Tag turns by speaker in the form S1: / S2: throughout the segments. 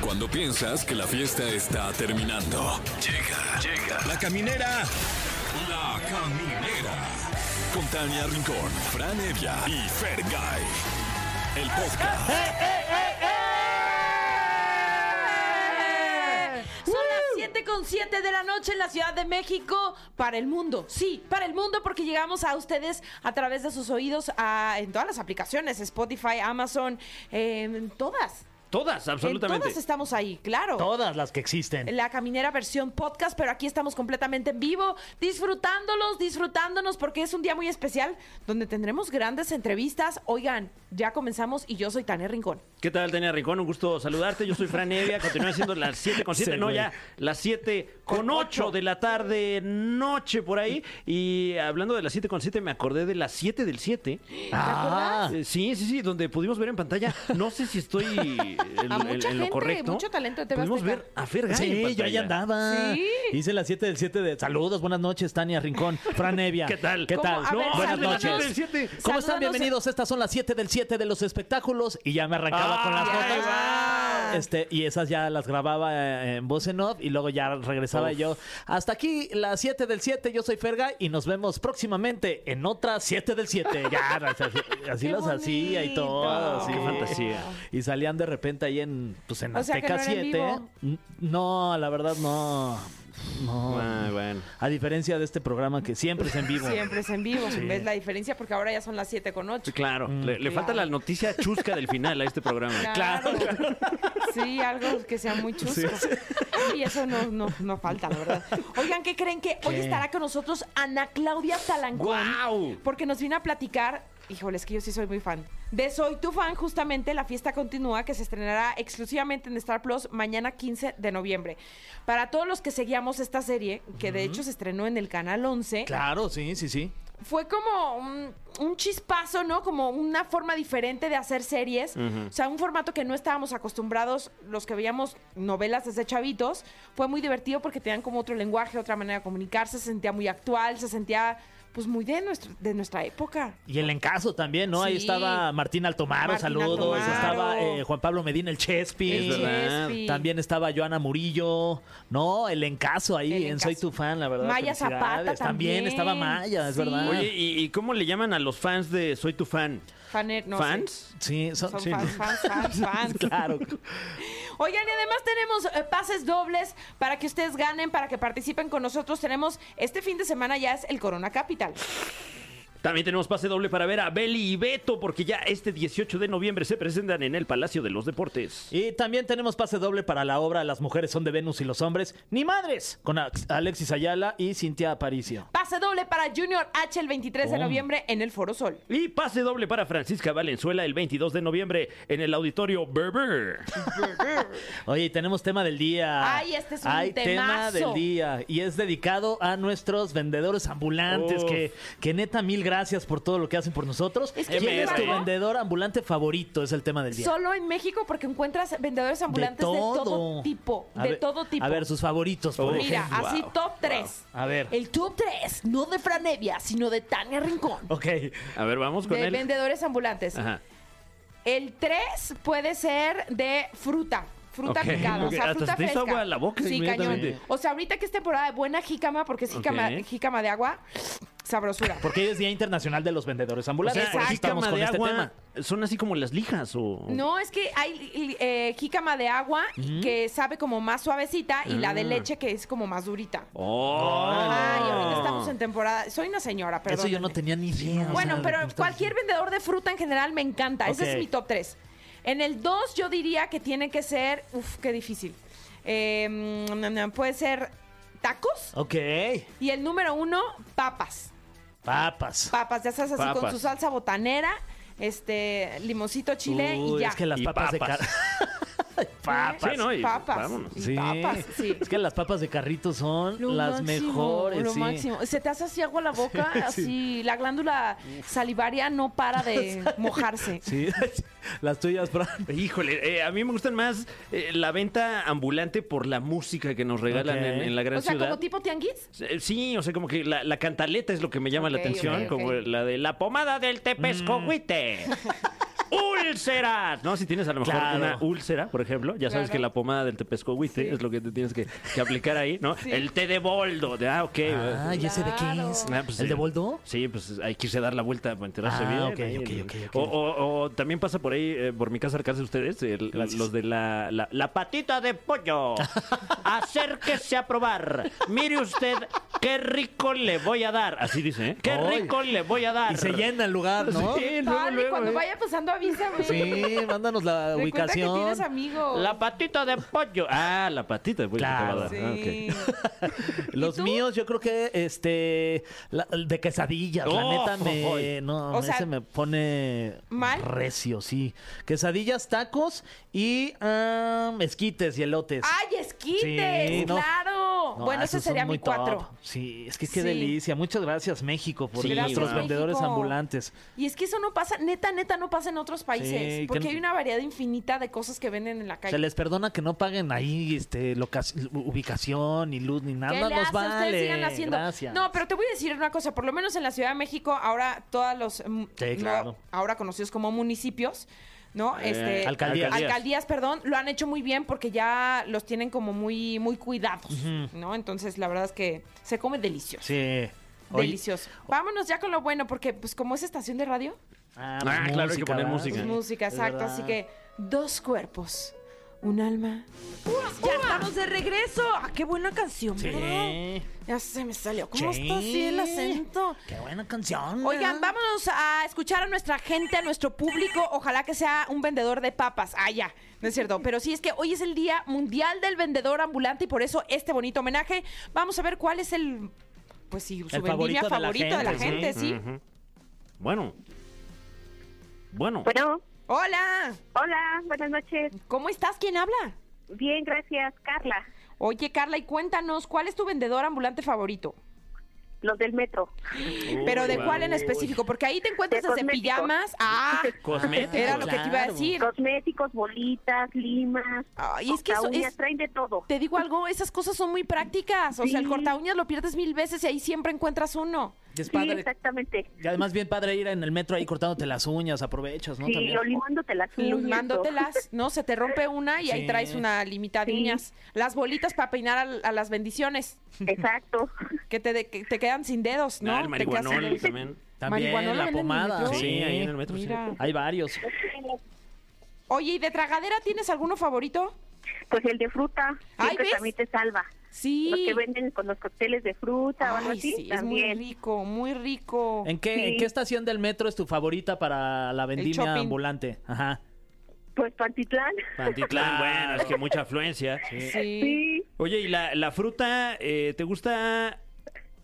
S1: Cuando piensas que la fiesta está terminando. Llega, llega. La caminera. La caminera. Con Tania Rincón, Fran Evia y Fer El podcast.
S2: Son las 7 con 7 de la noche en la Ciudad de México para el mundo. Sí, para el mundo porque llegamos a ustedes a través de sus oídos a- en todas las aplicaciones, Spotify, Amazon, eh, en todas.
S3: Todas,
S2: En
S3: absolutamente.
S2: todas estamos ahí, claro.
S4: Todas las que existen.
S2: La caminera versión podcast, pero aquí estamos completamente en vivo, disfrutándolos, disfrutándonos, porque es un día muy especial donde tendremos grandes entrevistas. Oigan, ya comenzamos y yo soy Tania Rincón.
S3: ¿Qué tal, Tania Rincón? Un gusto saludarte. Yo soy Fran Evia. Continúa siendo las 7 con 7,
S4: Sí,
S3: no
S4: güey.
S3: ya, las 7 con 8 de la tarde, noche por ahí. Y hablando de las 7 con 7, me acordé de las 7 del 7.
S4: Ah,
S3: Eh, Sí, sí, sí, donde pudimos ver en pantalla. No sé si estoy en,
S2: A
S3: en-
S2: mucha
S3: en
S2: gente,
S3: lo correcto.
S2: mucho talento de TV
S3: Pudimos
S2: Azteca.
S3: ver a Fergay.
S4: sí, yo ahí andaba.
S2: Sí.
S4: Hice las 7 del 7 de. Saludos, buenas noches, Tania Rincón, Fran Evia.
S3: ¿Qué tal?
S4: ¿Qué
S2: ¿Cómo?
S4: tal?
S2: A ver,
S4: buenas
S2: salúdanos.
S3: del
S4: noches.
S3: 7.
S4: ¿Cómo están?
S2: Salúdanos.
S4: Bienvenidos. Estas son las 7 del 7 de los espectáculos. Y ya me arrancaba con las
S3: Ah,
S2: ahí va.
S4: notas. Este, y esas ya las grababa eh, en voz en off. Y luego ya regresaba yo. Hasta aquí, las 7 del 7. Yo soy Ferga. Y nos vemos próximamente en otra 7 del 7. Ya, así, así
S2: Qué
S4: los hacía y todo.
S2: bonito.
S4: sí.
S3: Qué fantasía.
S4: Y salían de repente ahí en, pues en
S2: O sea, que
S4: Azteca
S2: no era en
S4: 7.
S2: vivo.
S4: N- No, la verdad no. No.
S3: Ah, bueno.
S4: A diferencia de este programa que siempre es en vivo.
S2: Siempre es en vivo, ¿ves la diferencia? Porque ahora ya son las 7 con 8.
S3: Sí, Claro,
S2: Mm.
S3: le, le falta la noticia chusca del final a este programa.
S2: Claro. Sí, algo que sea muy chusco. Y eso no, no, no falta, la verdad. Oigan, ¿qué creen que hoy
S4: ¿Qué?
S2: estará con nosotros Ana Claudia Talancón?
S3: ¡Guau!
S2: Porque nos vino a platicar, híjole, es que yo sí soy muy fan. De Soy tu fan, justamente la fiesta continúa que se estrenará exclusivamente en Star Plus mañana 15 de noviembre. Para todos los que seguíamos esta serie, que de hecho se estrenó en el canal 11,
S4: Claro, sí, sí, sí.
S2: fue como un, un chispazo, ¿no? Como una forma diferente de hacer series. O sea, un formato que no estábamos acostumbrados los que veíamos novelas desde chavitos. Fue muy divertido porque tenían como otro lenguaje, otra manera de comunicarse, se sentía muy actual, se sentía pues muy de, nuestro, de nuestra época.
S4: Y el encaso también, ¿no? Ahí
S2: Sí.
S4: estaba Martín Altomaro,
S2: Martín Altomaro.
S4: saludos. Estaba eh, Juan Pablo Medina, el Chespi.
S3: Es verdad.
S2: Chespi.
S4: También estaba Joana Murillo, ¿no? El encaso ahí
S2: El
S4: en
S2: Encaso.
S4: Soy tu fan, la verdad.
S2: Maya
S4: felicidades.
S2: Zapata también.
S4: estaba Maya, es
S2: Sí.
S4: verdad.
S3: Oye, ¿y, y cómo le llaman a los fans de Soy tu fan?
S2: Faner- no sé.
S3: ¿Fans?
S4: sí, son,
S2: Son
S4: sí.
S2: fans, fans, fans, fans.
S4: Claro.
S2: Oigan, y además tenemos eh, pases dobles para que ustedes ganen, para que participen con nosotros. Tenemos este fin de semana ya es el Corona Capital.
S3: También tenemos pase doble para ver a Beli y Beto, porque ya este 18 de noviembre se presentan en el Palacio de los Deportes.
S4: Y también tenemos pase doble para la obra Las mujeres son de Venus y los hombres, ni madres, con Ax- Alexis Ayala y Cintia Aparicio.
S2: Pase doble para Junior H el 23 de
S4: Oh.
S2: noviembre en el Foro Sol.
S3: Y pase doble para Francisca Valenzuela el 22 de noviembre en el Auditorio Berber.
S4: Oye, y tenemos tema del día.
S2: Ay, este es un
S4: Hay tema
S2: temazo.
S4: del día. Y es dedicado a nuestros vendedores ambulantes,
S3: Uf.
S4: que, que neta, mil gracias por todo lo que hacen por nosotros.
S2: Es que
S4: ¿Quién es tu
S3: MR?
S4: vendedor ambulante favorito? Es el tema del día.
S2: Solo en México porque encuentras vendedores ambulantes de todo, tipo.
S4: A
S2: de
S4: ver-
S2: todo tipo.
S4: A ver, sus favoritos, por
S2: Mira,
S4: ejemplo.
S2: así
S3: Wow,
S2: top 3.
S4: A ver.
S2: El top 3, no de Franevia, sino de Tania Rincón.
S4: Ok.
S3: A ver, vamos con
S2: De
S3: él.
S2: vendedores ambulantes.
S3: Ajá.
S2: El 3 puede ser de fruta. Fruta
S3: Ok,
S2: picada,
S3: ok.
S2: o sea,
S3: Hasta
S2: fruta
S3: se te hizo
S2: fresca.
S3: agua la boca
S2: sí,
S3: inmediatamente.
S2: cañón. O sea, ahorita que es temporada de buena jícama, porque es jícama,
S3: Ok.
S2: jícama de agua, sabrosura.
S4: Porque hoy es Día Internacional de los Vendedores
S3: O
S4: Ambulantes.
S3: sea,
S4: por eso
S2: Exacto.
S4: estamos
S3: jícama
S4: con
S3: de
S4: este
S3: agua,
S4: tema.
S3: ¿son así como las lijas o...?
S2: No, es que hay eh, jícama de agua que sabe como más suavecita y
S4: Ah.
S2: la de leche que es como más durita.
S3: ¡Oh!
S2: Ay, ahorita estamos en temporada. Soy una señora, perdón.
S4: Eso yo no tenía ni idea. o
S2: Bueno,
S4: sea,
S2: pero
S4: ¿cómo está?
S2: cualquier vendedor de fruta en general me encanta. Ese es
S4: Ok.
S2: mi top 3. En el 2 yo diría que tiene que ser... Uf, qué difícil. Eh, mm, na, na, puede ser tacos.
S4: Ok.
S2: Y el número 1, papas.
S4: Papas.
S2: Papas, ya sabes, así con
S3: Papas.
S2: su salsa botanera, este, limoncito, chile
S4: Uy,
S2: y ya.
S4: Es que las
S3: Y
S4: papas,
S3: papas.
S4: de car- papas.
S3: Sí, ¿no? Y
S2: papas.
S3: vámonos.
S2: Y papas, sí.
S4: Es que las papas de carrito son
S2: Lo
S4: las
S2: máximo,
S4: mejores.
S2: Lo
S4: sí.
S2: máximo. Se te hace así agua la boca, así la glándula salivaria no para de mojarse.
S4: Sí, las tuyas, Fran.
S3: Híjole, eh, a mí me gustan más eh, la venta ambulante por la música que nos regalan
S4: Ok.
S3: en, en la gran
S2: O sea,
S3: ciudad.
S2: como tipo tianguis.
S3: Eh, Sí, o sea, como que la, la cantaleta es lo que me llama la
S2: Ok,
S3: atención,
S2: ok, ok.
S3: como la de la pomada del tepescohuite. úlceras. Mm. No, si tienes a lo mejor
S4: Claro.
S3: una úlcera, por ejemplo, ya sabes
S2: Claro.
S3: que la pomada del tepescohuite
S2: Sí.
S3: es lo que te tienes que, que aplicar ahí, ¿no?
S2: Sí.
S3: El té de boldo. De, ah, ok.
S4: Ah, ya sé de qué es.
S3: Ah, pues sí.
S4: ¿El de Boldo?
S3: Sí, pues hay que irse a dar la vuelta para enterarse
S4: Ah,
S3: bien.
S4: ok,
S3: ahí,
S4: ok,
S3: ¿no?
S4: ok, ok.
S3: O, o- o también pasa por ahí, eh, por mi casa alcance ustedes, el-
S4: Gracias.
S3: los de la, la, la patita de pollo. Acérquese a probar. Mire usted qué rico le voy a dar. Así dice, ¿eh? Qué
S4: Ay.
S3: rico le voy a dar.
S4: Y se llena el lugar, ¿no?
S3: Sí, luego,
S2: Tal, y
S3: luego,
S2: cuando
S3: ¿eh?
S2: vaya pasando avísame.
S4: Sí, mándanos la
S2: Recuerda
S4: ubicación.
S2: que tienes amigos.
S3: La patita de pollo. Ah, la patita de pollo.
S4: Claro.
S3: Ah, ok.
S2: Sí.
S4: Los
S2: tú?
S4: míos, yo creo que este la- de quesadillas, la
S3: Oh,
S4: neta me
S3: oy.
S4: no,
S2: O sea,
S4: ese me pone
S2: ¿mal?
S4: recio, sí. Quesadillas, tacos y ah, esquites y elotes.
S2: ¡Ay, esquites!
S4: Sí, no.
S2: ¡Claro!
S4: No, ah,
S2: bueno, ese
S4: esos son
S2: sería
S4: muy
S2: mi cuatro.
S4: top. Sí, es que qué
S2: Sí.
S4: delicia. Muchas gracias, México, por
S3: Sí,
S4: nuestros
S3: Gracias,
S4: vendedores
S2: México.
S4: ambulantes.
S2: Y es que eso no pasa, neta, neta, no pasa en otros países.
S4: Sí, que
S2: porque
S4: no-
S2: hay una variedad infinita de cosas que venden en la calle.
S4: Se les perdona que no paguen ahí este loca- ubicación, ni luz, ni nada.
S2: ¿Qué
S4: nos
S2: le hace? Ustedes
S4: vale.
S2: sigan haciendo.
S4: Gracias.
S2: No, pero te voy a decir una cosa. Por lo menos en la Ciudad de México, ahora todos los. mm,
S4: Sí,
S2: lo-
S4: claro.
S2: ahora conocidos como municipios, ¿no?
S3: Eh,
S2: Este,
S4: alcaldías.
S2: alcaldías, perdón, lo han hecho muy bien porque ya los tienen como muy, muy cuidados, ¿no? Entonces, la verdad es que se come delicioso.
S4: Sí. Oye,
S2: Delicioso. Vámonos ya con lo bueno, porque, pues, como es estación de radio,
S4: Ah,
S3: Ah, claro, hay que poner
S4: ¿verdad?
S3: música.
S2: es
S3: Sí.
S2: música,
S4: Es
S2: exacto.
S4: verdad.
S2: Así que, dos cuerpos, un alma. ¡Ya estamos de regreso! ¡Ah, qué buena canción, ¿verdad?
S4: Sí.
S2: Ya se me salió. ¿Cómo
S4: Sí.
S2: está así el acento?
S4: Qué buena canción.
S2: Oigan,
S4: ¿verdad?
S2: vámonos a escuchar a nuestra gente, a nuestro público. Ojalá que sea un vendedor de papas. Ah, ya, no es cierto. Pero sí es que hoy es el Día Mundial del Vendedor Ambulante y por eso este bonito homenaje. Vamos a ver cuál es el, pues sí, su
S4: El
S2: vendimia
S4: favorito de la
S2: favorito de la
S4: gente,
S2: gente, sí.
S3: Ujú. Bueno. Bueno.
S5: Bueno,
S2: Hola,
S5: hola, buenas noches.
S2: ¿cómo estás? ¿Quién habla?
S5: Bien, gracias, Carla.
S2: Oye, Carla, y cuéntanos, ¿cuál es tu vendedor ambulante favorito?
S5: Los del metro.
S2: Pero ¿de
S3: Uy,
S2: cuál en
S3: uy.
S2: específico? Porque ahí te encuentras
S5: De
S2: desde
S5: cosméticos.
S2: pijamas. Ah,
S3: Cosméticos.
S2: era lo que te iba a
S4: Claro.
S2: decir.
S5: Cosméticos, bolitas, limas.
S2: Ay, es que eso
S5: cortaúñas,
S2: es-
S5: traen de todo.
S2: Te digo algo, esas cosas son muy prácticas. O sea, el
S5: Sí.
S2: corta uñas lo pierdes mil veces y ahí siempre encuentras uno.
S4: Y es
S5: Sí,
S4: padre.
S5: exactamente.
S4: Y además bien padre ir en el metro ahí cortándote las uñas, aprovechas, ¿no?
S5: Sí,
S4: También.
S5: o limándotelas.
S2: Mandándotelas, ¿no? Se te rompe una y
S4: Sí.
S2: ahí traes una limita de
S5: Sí.
S2: uñas. Las bolitas para peinar al- a, las bendiciones,
S5: Exacto.
S2: que te, de- que te quedan sin dedos, ¿no?
S3: Ah, el
S2: Te quedas sin
S3: marihuanol
S2: dedos.
S3: también.
S4: También
S2: ¿Marihuana
S4: la
S2: venden en el
S4: pomada,
S2: metro?
S4: sí.
S3: Sí, ahí en el metro. sí.
S2: Mira.
S4: Hay varios.
S2: Oye, ¿y de tragadera tienes alguno favorito?
S5: Pues el de fruta
S2: Ay,
S5: siempre
S2: ¿ves?
S5: también te salva.
S2: Sí.
S5: Los que venden con los cócteles de fruta o algo
S2: Ay,
S5: así,
S2: sí, es muy
S5: también.
S2: rico, muy rico.
S4: ¿En qué, en
S5: Sí.
S4: qué estación del metro es tu favorita para la vendimia
S2: shopping.
S4: ambulante? Ajá.
S5: Pues Pantitlán.
S3: Pantitlán, bueno, es que mucha afluencia.
S2: Sí.
S5: Sí,
S3: Oye, ¿y la, la fruta eh, te gusta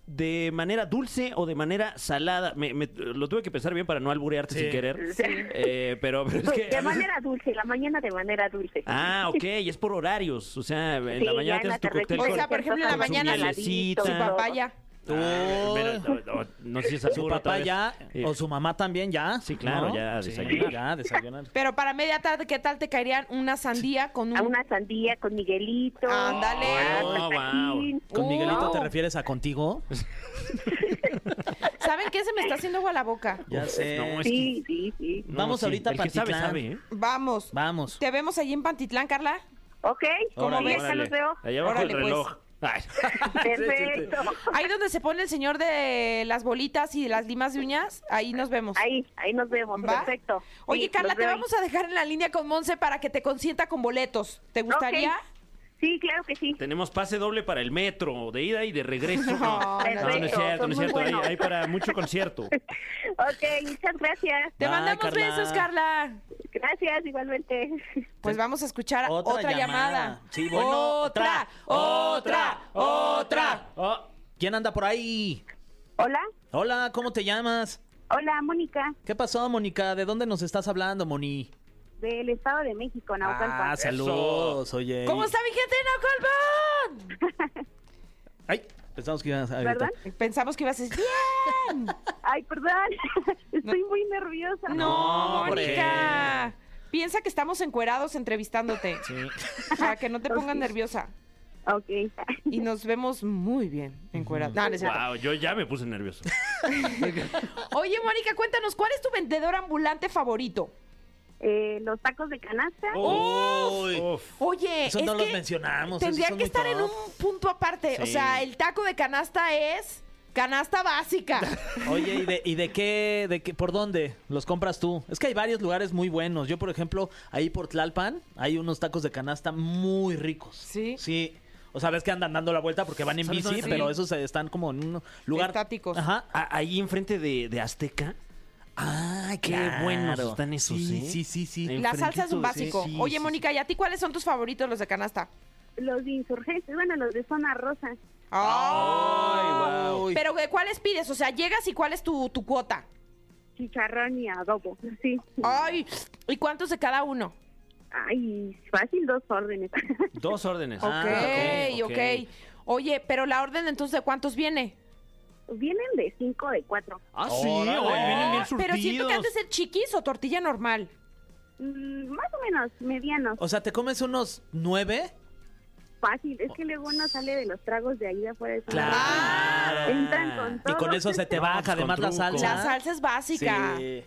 S3: de manera dulce o de manera salada? Me- me- lo tuve que pensar bien para no alburearte
S4: Sí.
S3: sin querer. Eh, pero, pero es
S5: pues,
S3: que...
S5: de
S3: a veces-
S5: manera dulce, la mañana de manera dulce.
S3: Ah, ok, y es por horarios. O sea, en la
S5: Sí,
S3: mañana
S5: ya en
S3: tienes
S5: la
S3: tu
S5: tardecita
S3: cóctel
S2: O
S3: con...
S2: sea, por ejemplo, en la
S3: con su
S2: mañana,
S3: mielecita.
S2: Su papaya.
S3: Ah, mira,
S5: Oh.
S3: no, no, no sé si es
S4: Su
S3: albur otra
S4: papá
S3: vez.
S4: ya,
S3: Eh,
S4: o su mamá también ya.
S3: Sí, claro, ya, a
S4: Sí,
S3: desayunar.
S4: ya, a desayunar.
S2: Pero para media tarde, ¿qué tal te caerían una sandía con un...
S5: a una sandía con Miguelito.
S2: Ándale.
S5: Ah,
S3: Oh,
S5: tajín.
S4: ¿Con Miguelito te
S2: Oh.
S4: refieres a contigo?
S2: ¿Saben qué se me está haciendo agua la boca?
S4: Ya sé.
S3: no, es-
S5: Sí, sí, sí.
S3: no,
S4: Vamos
S3: sí,
S4: ahorita a
S3: el que sabe,
S4: Pantitlán.
S3: sabe, ¿eh?
S2: Vamos.
S4: Vamos.
S2: Te vemos allí en Pantitlán, Carla.
S5: Ok, como
S3: Órale,
S5: ves, ya los
S3: órale.
S5: veo.
S3: Allá abajo
S2: Órale,
S3: el
S2: pues.
S3: reloj. Ay.
S5: Perfecto.
S2: Ahí donde se pone el señor de las bolitas y de las limas de uñas, ahí nos vemos.
S5: Ahí, ahí nos vemos.
S2: ¿Va?
S5: Perfecto.
S2: Oye,
S5: Sí,
S2: Carla,
S5: los
S2: te
S5: veo ahí.
S2: vamos a dejar en la línea con Monse para que te consienta con boletos. ¿Te gustaría?
S5: Ok. Sí, claro que sí.
S3: Tenemos pase doble para el metro, de ida y de regreso.
S2: No,
S3: No, no,
S5: Perfecto,
S3: no es cierto,
S5: son
S3: no es
S5: muy
S3: cierto. Hay,
S5: buenos.
S3: hay para mucho concierto.
S5: Ok, muchas gracias.
S2: Te
S4: Bye,
S2: mandamos
S4: Carla.
S2: besos, Carla.
S5: Gracias, igualmente.
S2: Pues vamos a escuchar otra, llamada.
S4: Sí, bueno,
S2: otra,
S4: otra, otra.
S3: Oh,
S4: ¿Quién anda por ahí?
S5: Hola,
S4: Hola, ¿cómo te llamas?
S5: hola, Mónica,
S4: ¿Qué pasó, Mónica? ¿De dónde nos estás hablando, Moni?
S5: del Estado de México, Naucalpan.
S4: Ah, saludos, oye.
S2: ¿Cómo está mi gente de Naucalpan?
S4: Ay, pensamos que ibas a
S5: ¿Verdad?
S4: gritar.
S2: Pensamos que ibas a decir bien.
S5: Ay, perdón. Estoy muy nerviosa.
S2: No,
S3: No, ¿por qué?
S2: Mónica. Piensa que estamos encuerados entrevistándote. Para que no te pongas nerviosa.
S5: Ok.
S2: Y nos vemos muy bien encuerados. No, no es cierto.
S3: wow, yo ya me puse nervioso.
S2: Oye, Mónica, cuéntanos, ¿cuál es tu vendedor ambulante favorito?
S5: eh, los tacos de canasta.
S2: Oh.
S4: Uy.
S2: Oye,
S4: Eso
S2: es
S4: no los
S2: que
S4: mencionamos,
S2: Tendría
S4: esos son
S2: que
S4: muy
S2: estar en
S4: top.
S2: un punto aparte. O
S3: Sí.
S2: sea, el taco de canasta es canasta básica.
S4: Oye, ¿y de, y de qué, de qué, por dónde los compras tú? Es que hay varios lugares muy buenos. Yo, por ejemplo, ahí por Tlalpan hay unos tacos de canasta muy ricos.
S2: ¿Sí?
S4: Sí. O sea, ves que andan dando la vuelta porque van en
S3: ¿Sabes
S4: bici,
S3: dónde
S4: pero
S2: sí?
S4: esos eh, están como en un lugar...
S2: Estáticos.
S4: Ajá.
S3: A- Ahí enfrente de, de Azteca.
S4: Ah,
S3: Qué buenos están esos,
S4: sí,
S3: ¿eh?
S4: Sí, sí, sí.
S3: Ahí
S2: La salsa es un
S3: enfrentito,
S2: básico.
S3: sí, sí,
S2: Oye,
S3: sí,
S2: Mónica, ¿y a ti cuáles son tus favoritos los de canasta?
S5: Los de insurgentes, bueno, los de zona rosa.
S2: ¡Ah!
S4: guau.
S2: Pero güey, ¿cuáles pides? O sea, llegas y ¿cuál es tu, tu cuota?
S5: Chicharrón y adobo. Sí.
S2: Ay, ¿y cuántos de cada uno?
S5: Ay, fácil, dos órdenes.
S3: Dos órdenes. Ah,
S2: ok, ok. Oye, pero la orden entonces de cuántos viene?
S5: Vienen de cinco, de cuatro.
S3: Ah, sí,
S4: Órale.
S3: hoy vienen bien surtidos.
S2: Ah, pero siento que han de ser chiquis o tortilla normal.
S5: Mm, más o menos, medianos.
S4: O sea, ¿te comes unos nueve?
S5: Fácil, es que luego uno sale de los tragos de ahí de afuera de zona
S4: Claro.
S5: rosa. Entran con
S4: Y
S5: todo.
S4: con eso se te
S3: No,
S4: baja,
S3: pues,
S4: además
S3: con
S4: la
S3: truco.
S4: salsa.
S2: La salsa es básica.
S4: Sí.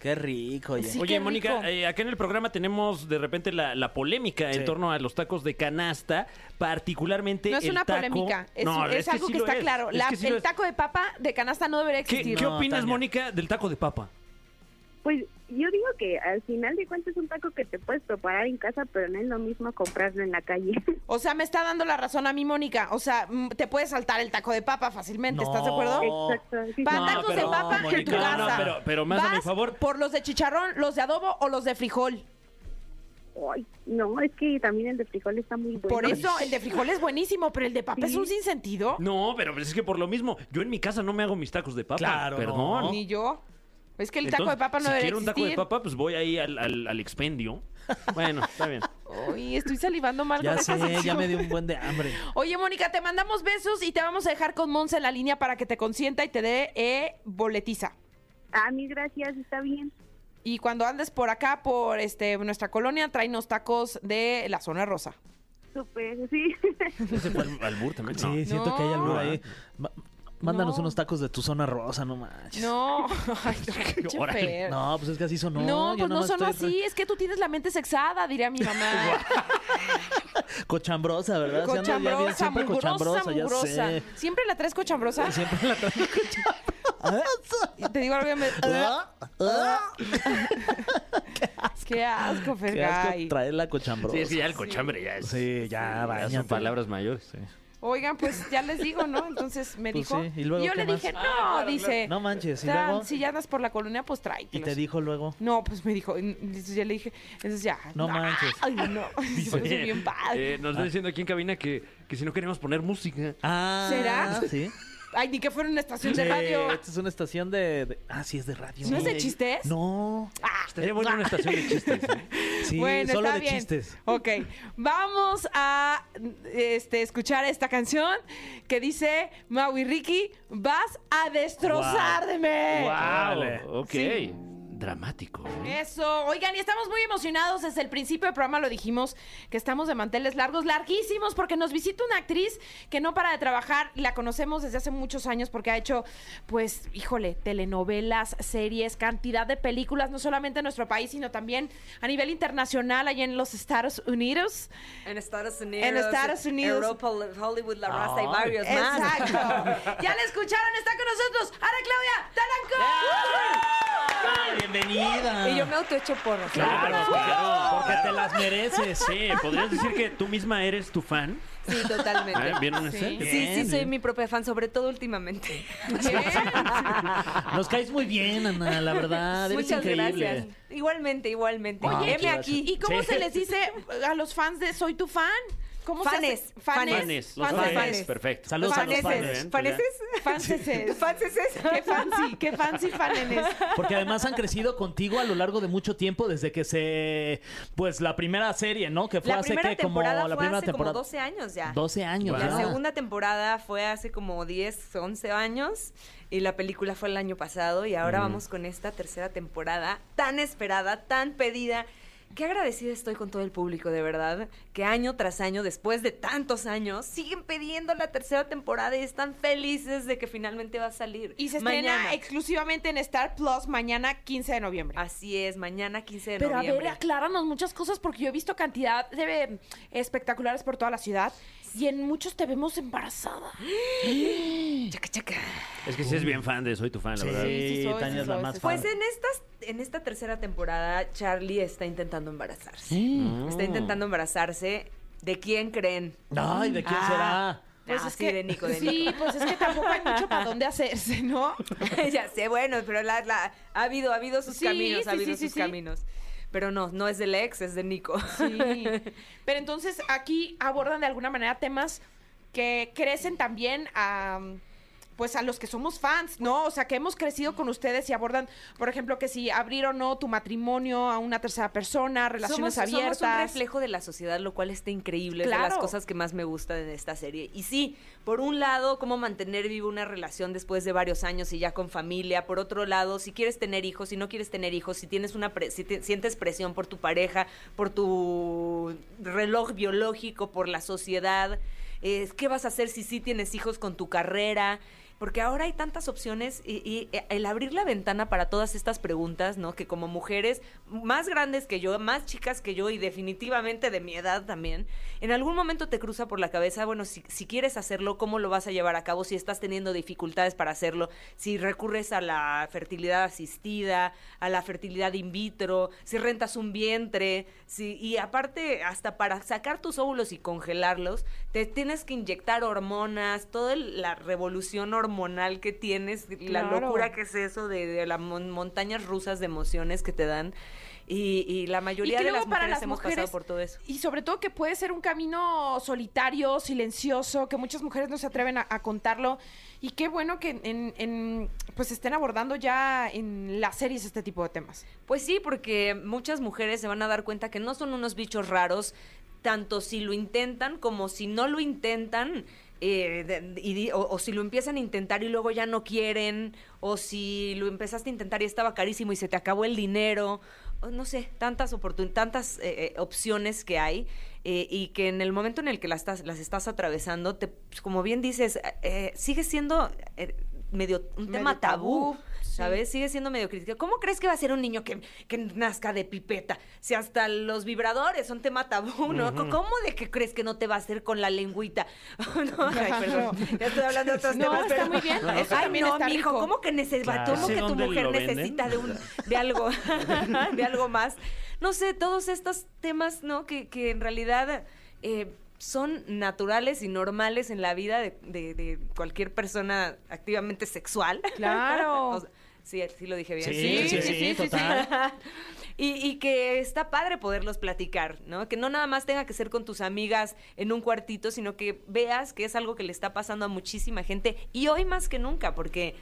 S4: Qué rico, oye.
S2: Sí,
S3: Oye,
S2: qué
S3: Mónica,
S2: rico.
S3: eh, acá en el programa tenemos de repente la, la polémica
S4: Sí.
S3: en torno a los tacos de canasta, particularmente
S2: No es
S3: el
S2: una
S3: taco-
S2: polémica, es,
S3: No,
S2: es
S3: que
S2: algo
S3: sí
S2: que
S3: lo
S2: está
S3: es,
S2: claro.
S3: es
S2: La-
S3: que sí
S2: el
S3: lo es.
S2: taco de papa de canasta no debería
S3: ¿Qué,
S2: existir.
S3: qué
S4: No,
S3: opinas,
S4: Tania.
S3: Mónica, del taco de papa?
S5: Pues yo digo que al final de cuentas es un taco que te puedes preparar en casa, pero no es lo mismo comprarlo en la calle.
S2: O sea, me está dando la razón a mí, Mónica. O sea, mm, te puedes saltar el taco de papa fácilmente, ¿estás de acuerdo?
S4: No.
S5: Exacto. sí,
S2: Para
S5: sí.
S3: No,
S2: tacos de
S3: pero-
S2: papa en tu
S3: Mónica,
S2: casa.
S3: no, no, pero- pero más a
S2: ¿Vas
S3: mi favor.
S2: ¿Por los de chicharrón, los de adobo o los de frijol?
S5: Ay, no, es que también el de frijol está muy bueno.
S2: Por eso el de frijol es buenísimo, pero el de papa es un
S5: Sí.
S2: sinsentido.
S3: No, pero pues es que por lo mismo, yo en mi casa no me hago mis tacos de papa.
S4: Claro,
S3: Perdón.
S4: no.
S2: Ni yo. Es que el taco de
S3: Entonces,
S2: papa no
S3: si
S2: debería
S3: quiero un taco de
S2: existir.
S3: papa, pues voy ahí al, al- al expendio. Bueno, está bien.
S2: Ay, estoy salivando mal
S4: Ya
S2: con esta
S4: sé, ya
S2: sección.
S4: me dio un buen de hambre.
S2: Oye, Mónica, te mandamos besos y te vamos a dejar con Monza en la línea para que te consienta y te dé eh, boletiza.
S5: A mí, Ah, gracias, está bien.
S2: Y cuando andes por acá, por este nuestra colonia, tráenos tacos de la zona rosa.
S5: Súper, sí.
S3: Ese fue al- albur también. No.
S4: Sí, siento que hay algo
S3: No.
S4: ahí. Ma- Mándanos
S2: No.
S4: unos tacos de tu zona rosa, no manches.
S2: No, ay, no, qué
S3: Órale.
S2: chofer.
S4: No, pues es que así sonó.
S2: No,
S4: yo
S2: pues no
S4: nomás
S2: son
S4: estoy
S2: así. Es que tú tienes la mente sexada, diría mi mamá.
S4: re- Cochambrosa, ¿verdad? Sí, ando ya bien
S2: cochambrosa,
S4: siempre
S2: mugrosa,
S4: cochambrosa, ya
S2: mugrosa.
S4: sé.
S2: Siempre la traes cochambrosa.
S4: Siempre la traigo cochambrosa.
S2: Y Te digo algo que me...
S4: Ah, ah,
S2: Qué asco,
S4: Qué asco
S2: Fergay.
S4: traer la cochambrosa.
S3: Sí, es que ya el cochambre ya es.
S4: Sí, ya,
S3: ya son
S4: báñate.
S3: palabras mayores. sí.
S2: Oigan, pues ya les digo, ¿no? Entonces me
S4: Pues
S2: dijo.
S4: sí, ¿y luego
S2: yo
S4: qué
S2: le
S4: más?
S2: dije, no, dice.
S4: No manches, ¿y
S2: "Tan,
S4: luego?
S2: Si ya andas por la colonia, pues
S4: Y te
S2: tráetelos".
S4: dijo luego.
S2: No, pues me dijo, n- entonces ya le dije, entonces ya.
S4: No
S2: ah,
S4: manches.
S2: Ay, no, se puso
S3: Oye,
S2: bien padre.
S3: eh, nos está diciendo aquí en cabina que, que si no queremos poner música.
S4: Ah,
S2: ¿Será?
S4: Sí.
S2: Ay, ni que fuera una estación de
S4: Eh,
S2: radio.
S4: Esta es una estación de, de- Ah, sí, es de radio.
S2: ¿No es de chistes?
S4: No.
S2: Ah,
S3: Estaría bueno una estación de chistes. ¿eh?
S4: Sí,
S2: bueno,
S4: solo
S2: está
S4: de
S2: bien.
S4: chistes.
S2: Ok, vamos a este, escuchar esta canción que dice Maui Ricky, vas a destrozarme.
S4: Órale.
S3: Wow, ok.
S2: Eh, Sí.
S3: Dramático. ¿eh?
S2: Eso, oigan, y estamos muy emocionados. Desde el principio del programa lo dijimos que estamos de manteles largos, larguísimos, porque nos visita una actriz que no para de trabajar. La conocemos desde hace muchos años porque ha hecho, pues, híjole, telenovelas, series, cantidad de películas, no solamente en nuestro país, sino también a nivel internacional, allá en los Estados Unidos.
S6: En Estados Unidos.
S2: En Estados Unidos.
S6: Europa, Hollywood, La Raza y varios más.
S2: Exacto. ya la escucharon, está con nosotros Ana Claudia Talanco.
S4: Bienvenida.
S6: Y yo me autoecho porro.
S3: Claro, claro.
S4: Porque te las mereces.
S3: Sí, podrías decir que tú misma eres tu fan.
S6: Sí, totalmente.
S3: ¿Eh? ¿Bien honesta?
S2: Sí.
S6: Sí, sí,
S4: Ah, Bien,
S6: soy
S4: bien.
S6: mi propia fan, sobre todo últimamente.
S4: Nos caes muy bien, Ana, la verdad. Eres
S6: Muchas
S4: increíble.
S6: gracias. Igualmente, igualmente.
S4: Oye,
S6: Heme
S4: gracias.
S6: aquí.
S2: ¿Y cómo
S4: Sí.
S2: se les dice a los fans de Soy tu fan? ¿Cómo se
S6: Fanes,
S2: hace?
S3: Fanes, los
S6: Fans de
S3: fanes.
S6: fanes.
S3: Perfecto.
S4: Saludos
S6: Faneses.
S4: a los fans.
S3: ya.
S6: ¿Faneses?
S2: Fanseses.
S6: ¿Fanseses?
S2: Qué fancy, qué fancy fanenes.
S4: Porque además han crecido contigo a lo largo de mucho tiempo desde que se pues la primera serie, ¿no? Que fue
S6: La
S4: hace
S6: primera
S4: que como
S6: temporada
S4: la
S6: fue
S4: primera
S6: hace
S4: temporada
S6: como 12 años ya.
S4: 12 años.
S6: La
S4: ya.
S6: segunda temporada fue hace como 10, 11 años y la película fue el año pasado y ahora vamos con esta tercera temporada tan esperada, tan pedida Qué agradecida estoy con todo el público, de verdad, que año tras año, después de tantos años, siguen pidiendo la tercera temporada y están felices de que finalmente va a salir.
S2: Y se estrena
S6: Mañana.
S2: exclusivamente en Star Plus mañana 15 de noviembre.
S6: Así es, mañana 15 de
S2: Pero a
S6: noviembre.
S2: ver, acláranos muchas cosas porque yo he visto cantidad de eh, espectaculares por toda la ciudad y en muchos te vemos embarazada.
S6: Ah, Chaca, chaca.
S3: Es que sí es bien fan de Soy tu fan, la verdad.
S2: Sí, sí soy, sí
S4: Tania es la
S2: soy,
S4: más
S2: sí
S4: fan.
S6: Pues en estas, en esta tercera temporada, Charlie está intentando embarazarse. Está
S2: Mm.
S6: intentando embarazarse. ¿De quién creen?
S4: Ay, ¿de quién
S6: Ah.
S4: será?
S2: Pues
S6: Ah,
S2: es
S6: sí,
S2: que,
S6: de Nico, de
S2: sí, pues es que tampoco hay mucho para dónde hacerse, ¿no?
S6: ya sé, bueno, pero la, la- ha habido, ha habido sus
S2: Sí,
S6: caminos, ha
S2: sí,
S6: habido
S2: sí, sí,
S6: sus
S2: sí.
S6: caminos. Pero no, no es del ex, es de Nico.
S2: Sí. Pero entonces aquí abordan de alguna manera temas que crecen también a pues a los que somos fans, ¿no? O sea, que hemos crecido con ustedes y abordan, por ejemplo, que si abrir o no tu matrimonio a una tercera persona, relaciones
S6: somos, somos
S2: abiertas.
S6: un reflejo de la sociedad, lo cual está increíble. Es de las
S2: Claro.
S6: cosas que más me gustan en esta serie. Y sí, por un lado, cómo mantener viva una relación después de varios años y ya con familia. Por otro lado, si quieres tener hijos, si no quieres tener hijos, si tienes una pre- si te- sientes presión por tu pareja, por tu reloj biológico, por la sociedad. eh, ¿Qué vas a hacer si sí tienes hijos con tu carrera? Porque ahora hay tantas opciones y, y, eh, el abrir la ventana para todas estas preguntas, ¿no? Que como mujeres más grandes que yo, más chicas que yo y definitivamente de mi edad también, en algún momento te cruza por la cabeza, bueno, si, si quieres hacerlo, ¿cómo lo vas a llevar a cabo? Si estás teniendo dificultades para hacerlo, si recurres a la fertilidad asistida, a la fertilidad in vitro, si rentas un vientre, si, y aparte, hasta para sacar tus óvulos y congelarlos, te tienes que inyectar hormonas, toda el- la revolución hormonal que tienes, la
S2: Claro.
S6: locura que es eso de, de las mon- montañas rusas de emociones que te dan. Y, y la mayoría
S2: que
S6: de
S2: luego
S6: las mujeres
S2: para las
S6: hemos
S2: mujeres-
S6: pasado por todo eso.
S2: Y sobre todo que puede ser un camino solitario, silencioso, que muchas mujeres no se atreven a, a contarlo. Y qué bueno que en, en- pues estén abordando ya en las series este tipo de temas.
S6: Pues sí, porque muchas mujeres se van a dar cuenta que no son unos bichos raros, tanto si lo intentan como si no lo intentan. eh, de- y di- o, o si lo empiezan a intentar y luego ya no quieren, o si lo empezaste a intentar y estaba carísimo y se te acabó el dinero, o no sé, tantas oportun- tantas eh, eh, opciones que hay eh, y que en el momento en el que las estás, las estás atravesando, te, pues, como bien dices, eh, eh, sigue siendo eh, medio un
S2: Medio
S6: tema tabú,
S2: tabú, sí.
S6: ¿sabes? ¿eh? sigue siendo medio crítica. ¿Cómo crees que va a ser un niño que, que nazca de pipeta? Si hasta los vibradores son tema tabú, ¿no? ¿Cómo de que crees que no te va a hacer con la lengüita? Oh, no, ay, perdón. Ya estoy hablando de otros
S2: No,
S6: temas.
S2: está
S6: pero-
S2: muy bien. Eso
S6: Ay,
S2: también
S6: no,
S2: está
S6: mijo,
S2: rico.
S6: ¿cómo que, nece-
S4: Claro.
S6: ¿cómo
S3: ¿Ese
S6: que tu
S3: dónde
S6: mujer
S3: lo venden?
S6: necesita de, un, de algo? de algo más. No sé, todos estos temas, ¿no? Que, que en realidad... eh, son naturales y normales en la vida de, de- de cualquier persona activamente sexual.
S2: Claro.
S6: O sea, sí, sí lo dije bien.
S4: Sí, sí, sí, total.
S6: Y, y que está padre poderlos platicar, ¿no? Que no nada más tenga que ser con tus amigas en un cuartito, sino que veas que es algo que le está pasando a muchísima gente y hoy más que nunca, porque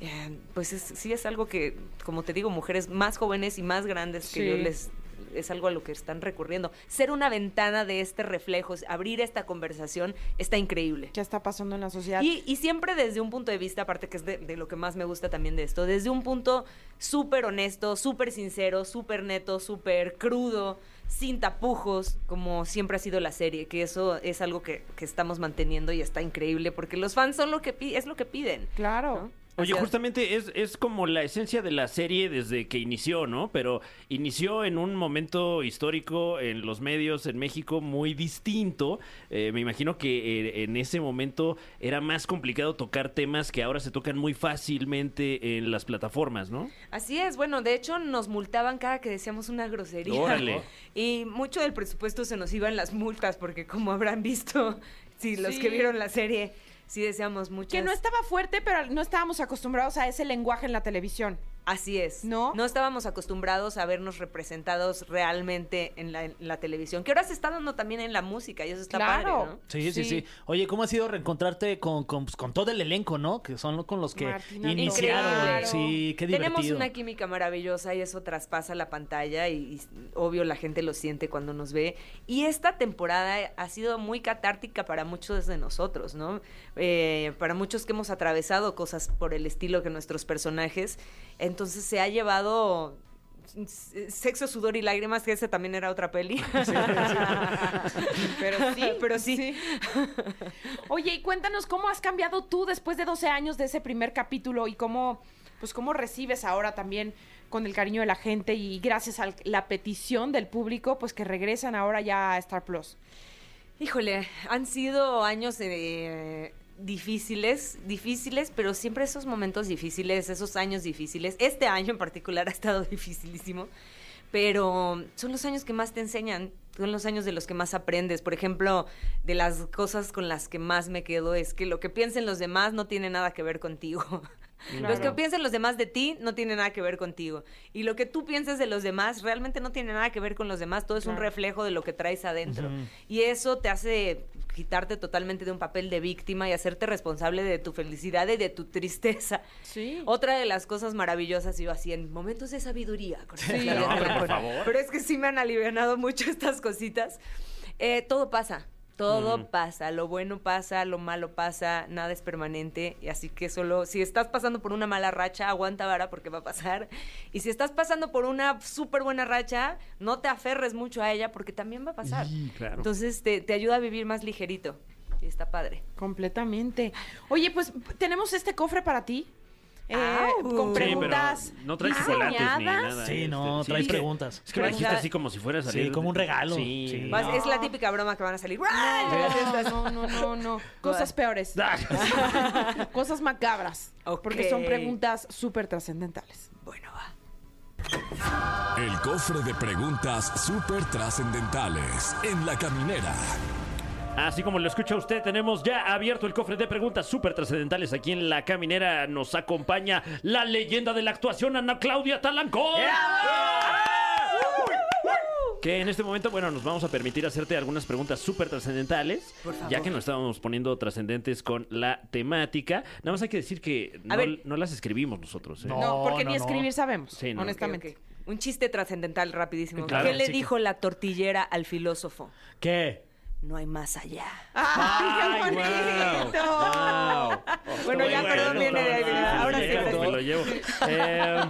S6: eh, pues es- sí es algo que, como te digo, mujeres más jóvenes y más grandes que
S2: Sí.
S6: yo les es algo a lo que están recurriendo. Ser una ventana de este reflejo, abrir esta conversación, está increíble.
S2: ¿Qué está pasando en la sociedad?
S6: Y, y siempre desde un punto de vista, aparte que es de, de lo que más me gusta también de esto, desde un punto súper honesto, súper sincero, súper neto, súper crudo, sin tapujos, como siempre ha sido la serie, que eso es algo que, que estamos manteniendo y está increíble, porque los fans son lo que pi- es lo que piden.
S2: claro.
S6: O
S3: Oye,
S6: sea-
S3: justamente es, es como la esencia de la serie desde que inició, ¿no? Pero inició en un momento histórico en los medios en México muy distinto. Eh, me imagino que eh, en ese momento era más complicado tocar temas que ahora se tocan muy fácilmente en las plataformas, ¿no?
S6: Así es, bueno, de hecho nos multaban cada que decíamos una grosería.
S3: Órale.
S6: Y mucho del presupuesto se nos iba en las multas, porque como habrán visto, si los
S2: Sí.
S6: que vieron la serie, sí decíamos muchas.
S2: Que no estaba fuerte, pero no estábamos acostumbrados a ese lenguaje en la televisión.
S6: Así es.
S2: ¿No?
S6: No estábamos acostumbrados a vernos representados realmente en la, en la televisión, que ahora se está dando también en la música y eso está
S2: Claro.
S6: padre, ¿no?
S4: Sí, sí,
S2: Sí.
S4: sí. Oye, ¿cómo ha sido reencontrarte con, con, pues, con todo el elenco, no? Que son con los que
S2: Martina,
S4: iniciaron.
S6: Increíble.
S4: Sí, qué divertido.
S6: Tenemos una química maravillosa y eso traspasa la pantalla y, y obvio la gente lo siente cuando nos ve. Y esta temporada ha sido muy catártica para muchos de nosotros, ¿no? Eh, para muchos que hemos atravesado cosas por el estilo que nuestros personajes. Entonces se ha llevado s- Sexo, sudor y lágrimas, que esa también era otra peli.
S2: Pero sí,
S6: pero sí.
S2: Oye, y cuéntanos cómo has cambiado tú después de 12 años de ese primer capítulo y cómo, pues cómo recibes ahora también con el cariño de la gente y gracias a la petición del público, pues que regresan ahora ya a Star Plus.
S6: Híjole, han sido años eh, difíciles, difíciles, pero siempre esos momentos difíciles, esos años difíciles. Este año en particular ha estado dificilísimo, pero son los años que más te enseñan, son los años de los que más aprendes. Por ejemplo, de las cosas con las que más me quedo es que lo que piensen los demás no tiene nada que ver contigo. Los que
S2: Claro.
S6: piensen los demás de ti no tiene nada que ver contigo. Y lo que tú pienses de los demás realmente no tiene nada que ver con los demás. Todo es un
S2: Claro.
S6: reflejo de lo que traes adentro. Y eso te hace quitarte totalmente de un papel de víctima y hacerte responsable de tu felicidad y de tu tristeza.
S2: Sí.
S6: Otra de las cosas maravillosas, yo así en momentos de sabiduría. con
S2: Sí.
S6: Natalia
S2: No, pero
S6: Alarcón.
S3: por favor.
S6: Pero es que sí me han alivianado mucho estas cositas. Eh, todo pasa. Todo pasa, lo bueno pasa, lo malo pasa, nada es permanente, y así que solo si estás pasando por una mala racha, aguanta vara porque va a pasar, y si estás pasando por una súper buena racha, no te aferres mucho a ella porque también va a pasar.
S3: Y, claro.
S6: Entonces te, te ayuda a vivir más ligerito, y está padre.
S2: Completamente. Oye, pues tenemos este cofre para ti. eh,
S6: Au.
S2: con
S6: Sí, pero
S2: preguntas.
S3: no traes chocolates ni
S2: diseñadas.
S3: nada.
S4: Sí,
S3: este,
S4: no, traes
S3: es que-
S4: preguntas.
S3: Es que me dijiste
S6: Venga.
S3: así como si fuera a
S4: Sí,
S3: salir.
S4: como un regalo.
S3: Sí.
S4: Sí.
S6: Vas- eh,
S4: No.
S6: Es la típica broma que van a salir.
S2: No, no, no, no, no. Cosas peores. Cosas macabras.
S6: Ok.
S2: Porque son preguntas súper trascendentales.
S6: Bueno, va.
S1: El cofre de preguntas súper trascendentales en la caminera.
S3: Así como lo escucha usted, tenemos ya abierto el cofre de preguntas súper trascendentales. Aquí en La Caminera nos acompaña la leyenda de la actuación, Ana Claudia Talancón. Que en este momento, bueno, nos vamos a permitir hacerte algunas preguntas súper trascendentales, ya que nos estábamos poniendo trascendentes con la temática. Nada más hay que decir que no,
S6: ver.
S3: no las escribimos nosotros. ¿eh?
S4: No,
S2: No, porque ni
S4: no, no.
S2: escribir sabemos,
S3: Sí, no.
S2: honestamente.
S6: Ok, ok. Un chiste trascendental rapidísimo.
S3: Eh, Claro,
S6: ¿Qué le
S4: sí,
S6: dijo la tortillera al filósofo?
S4: ¿Qué?
S6: No hay más allá.
S2: ¡Ay, qué bonito!
S3: Pues
S6: Bueno, ya, perdón, viene de ahí. Ahora sí, pues. ahora
S3: Me
S6: sí.
S3: lo llevo. Eh,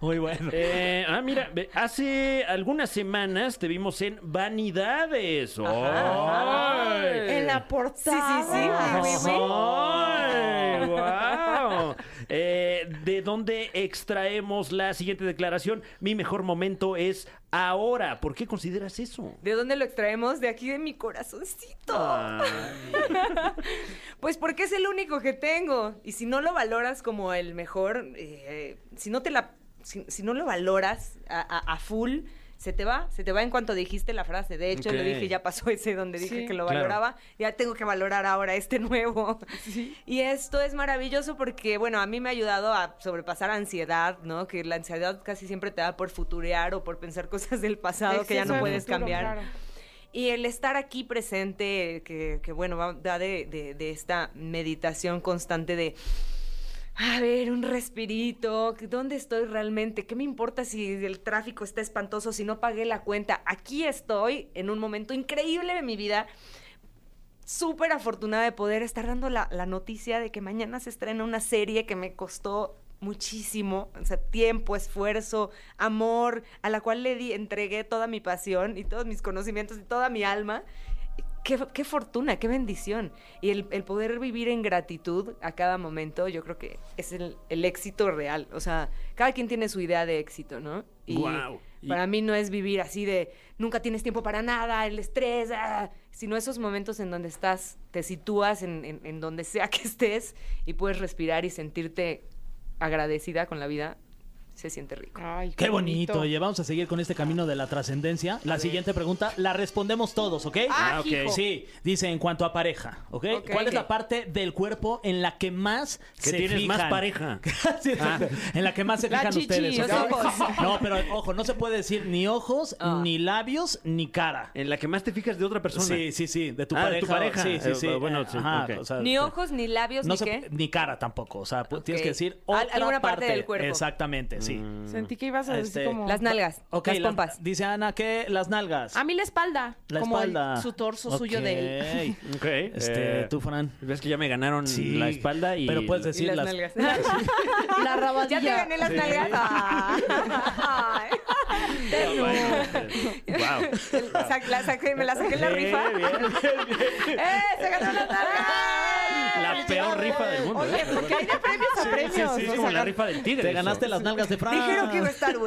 S4: Muy bueno.
S3: Eh, ah, mira, ve- hace algunas semanas te vimos en Vanidades. ¡Ay!
S2: En la portada.
S6: Sí, sí, sí.
S2: Ay,
S6: Ajá.
S2: bebé.
S3: ¡Ay, guau! Eh, de donde extraemos la siguiente declaración. Mi mejor momento es ahora. ¿Por qué consideras eso?
S6: ¿De dónde lo extraemos? De aquí de mi corazoncito.
S3: Ay,
S6: Pues porque es el único que tengo. Y si no lo valoras como el mejor, eh, si no te la, si, si no lo valoras a, a- a full, se te va, se te va en cuanto dijiste la frase. De hecho,
S3: Ok.
S6: le dije, ya pasó ese donde dije
S2: Sí.
S6: que lo
S3: Claro.
S6: valoraba, ya tengo que valorar ahora este nuevo. Y esto es maravilloso porque, bueno, a mí me ha ayudado a sobrepasar ansiedad, ¿no? Que la ansiedad casi siempre te da por futurear o por pensar cosas del pasado que ya
S2: Exceso
S6: no
S2: de
S6: puedes
S2: futuro,
S6: cambiar.
S2: claro.
S6: Y el estar aquí presente, que, que bueno, va- da de, de- de esta meditación constante de, a ver, un respirito, ¿dónde estoy realmente? ¿Qué me importa si el tráfico está espantoso, si no pagué la cuenta? Aquí estoy en un momento increíble de mi vida, súper afortunada de poder estar dando la, la noticia de que mañana se estrena una serie que me costó muchísimo, o sea, tiempo, esfuerzo, amor, a la cual le di, entregué toda mi pasión y todos mis conocimientos y toda mi alma. Qué, qué fortuna, qué bendición. Y el, el poder vivir en gratitud a cada momento, yo creo que es el, el éxito real. O sea, cada quien tiene su idea de éxito, ¿no? Y
S3: Guau. Y-
S6: para mí no es vivir así de nunca tienes tiempo para nada, el estrés, ah", sino esos momentos en donde estás, te sitúas en, en- en donde sea que estés y puedes respirar y sentirte agradecida con la vida, se siente rico.
S2: Ay,
S4: Qué bonito. Oye, vamos a seguir con este camino de la trascendencia. La siguiente pregunta la respondemos todos, ¿ok?
S2: Ah, Ah, ok. hijo.
S4: Sí, dice en cuanto a pareja, ¿ok?
S6: Ok.
S4: ¿Cuál es la parte del cuerpo en la que más
S3: que
S4: se
S3: tienes
S4: fijan?
S3: más pareja. Ah.
S4: Sí, exacto. En la que más se
S2: La
S4: fijan
S2: chichi,
S4: ustedes.
S2: los
S4: ¿ok?
S6: ojos.
S4: No, pero ojo, no se puede decir ni ojos,
S6: Ah.
S4: ni labios, ni cara.
S3: En la que más te fijas de otra persona.
S4: Sí, sí, sí, de tu
S3: Ah,
S4: pareja.
S3: de tu pareja.
S4: Sí, sí,
S3: Eh,
S4: sí.
S3: bueno, sí,
S4: Ajá,
S3: ok.
S4: o sea,
S6: Ni
S4: sí.
S6: ojos, ni labios,
S4: No
S6: ni
S4: se-
S6: qué.
S4: ni cara tampoco, o sea, pu- tienes
S6: Ok.
S4: que decir
S6: Al-
S4: otra
S6: alguna parte del cuerpo.
S4: Exactamente, sí.
S3: Mm.
S2: Sentí que ibas a decir
S4: Este,
S2: como...
S6: Las nalgas,
S4: Ok,
S6: las
S4: la-
S6: pompas.
S4: dice Ana que las nalgas.
S2: A mí la espalda.
S4: la
S2: como el-
S4: espalda.
S2: su torso suyo de él.
S4: de él.
S3: Ok.
S4: Este,
S3: eh,
S4: tú, Fran.
S3: Ves que ya me ganaron
S4: Sí,
S3: la espalda y.
S4: Pero puedes
S6: Y
S4: decir
S6: las
S4: las.
S6: nalgas.
S2: La
S6: ya
S2: rabadilla.
S6: te gané las nalgas. Ah. Ay. Te
S3: Ah,
S6: lo-
S3: bueno. Wow.
S6: Sa- la saqué- me la saqué en la
S3: Bien,
S6: rifa. ¡Eh! ¡Se ganó las nalgas!
S3: La peor rifa del mundo.
S2: Oye,
S3: ¿eh?
S2: porque hay de premios a
S3: Sí,
S2: premios.
S3: sí, sí,
S2: o
S3: es como
S2: sea,
S3: la rifa del tigre.
S4: Te
S3: eso.
S4: ganaste las nalgas de Fran.
S6: Dijeron que iba a estar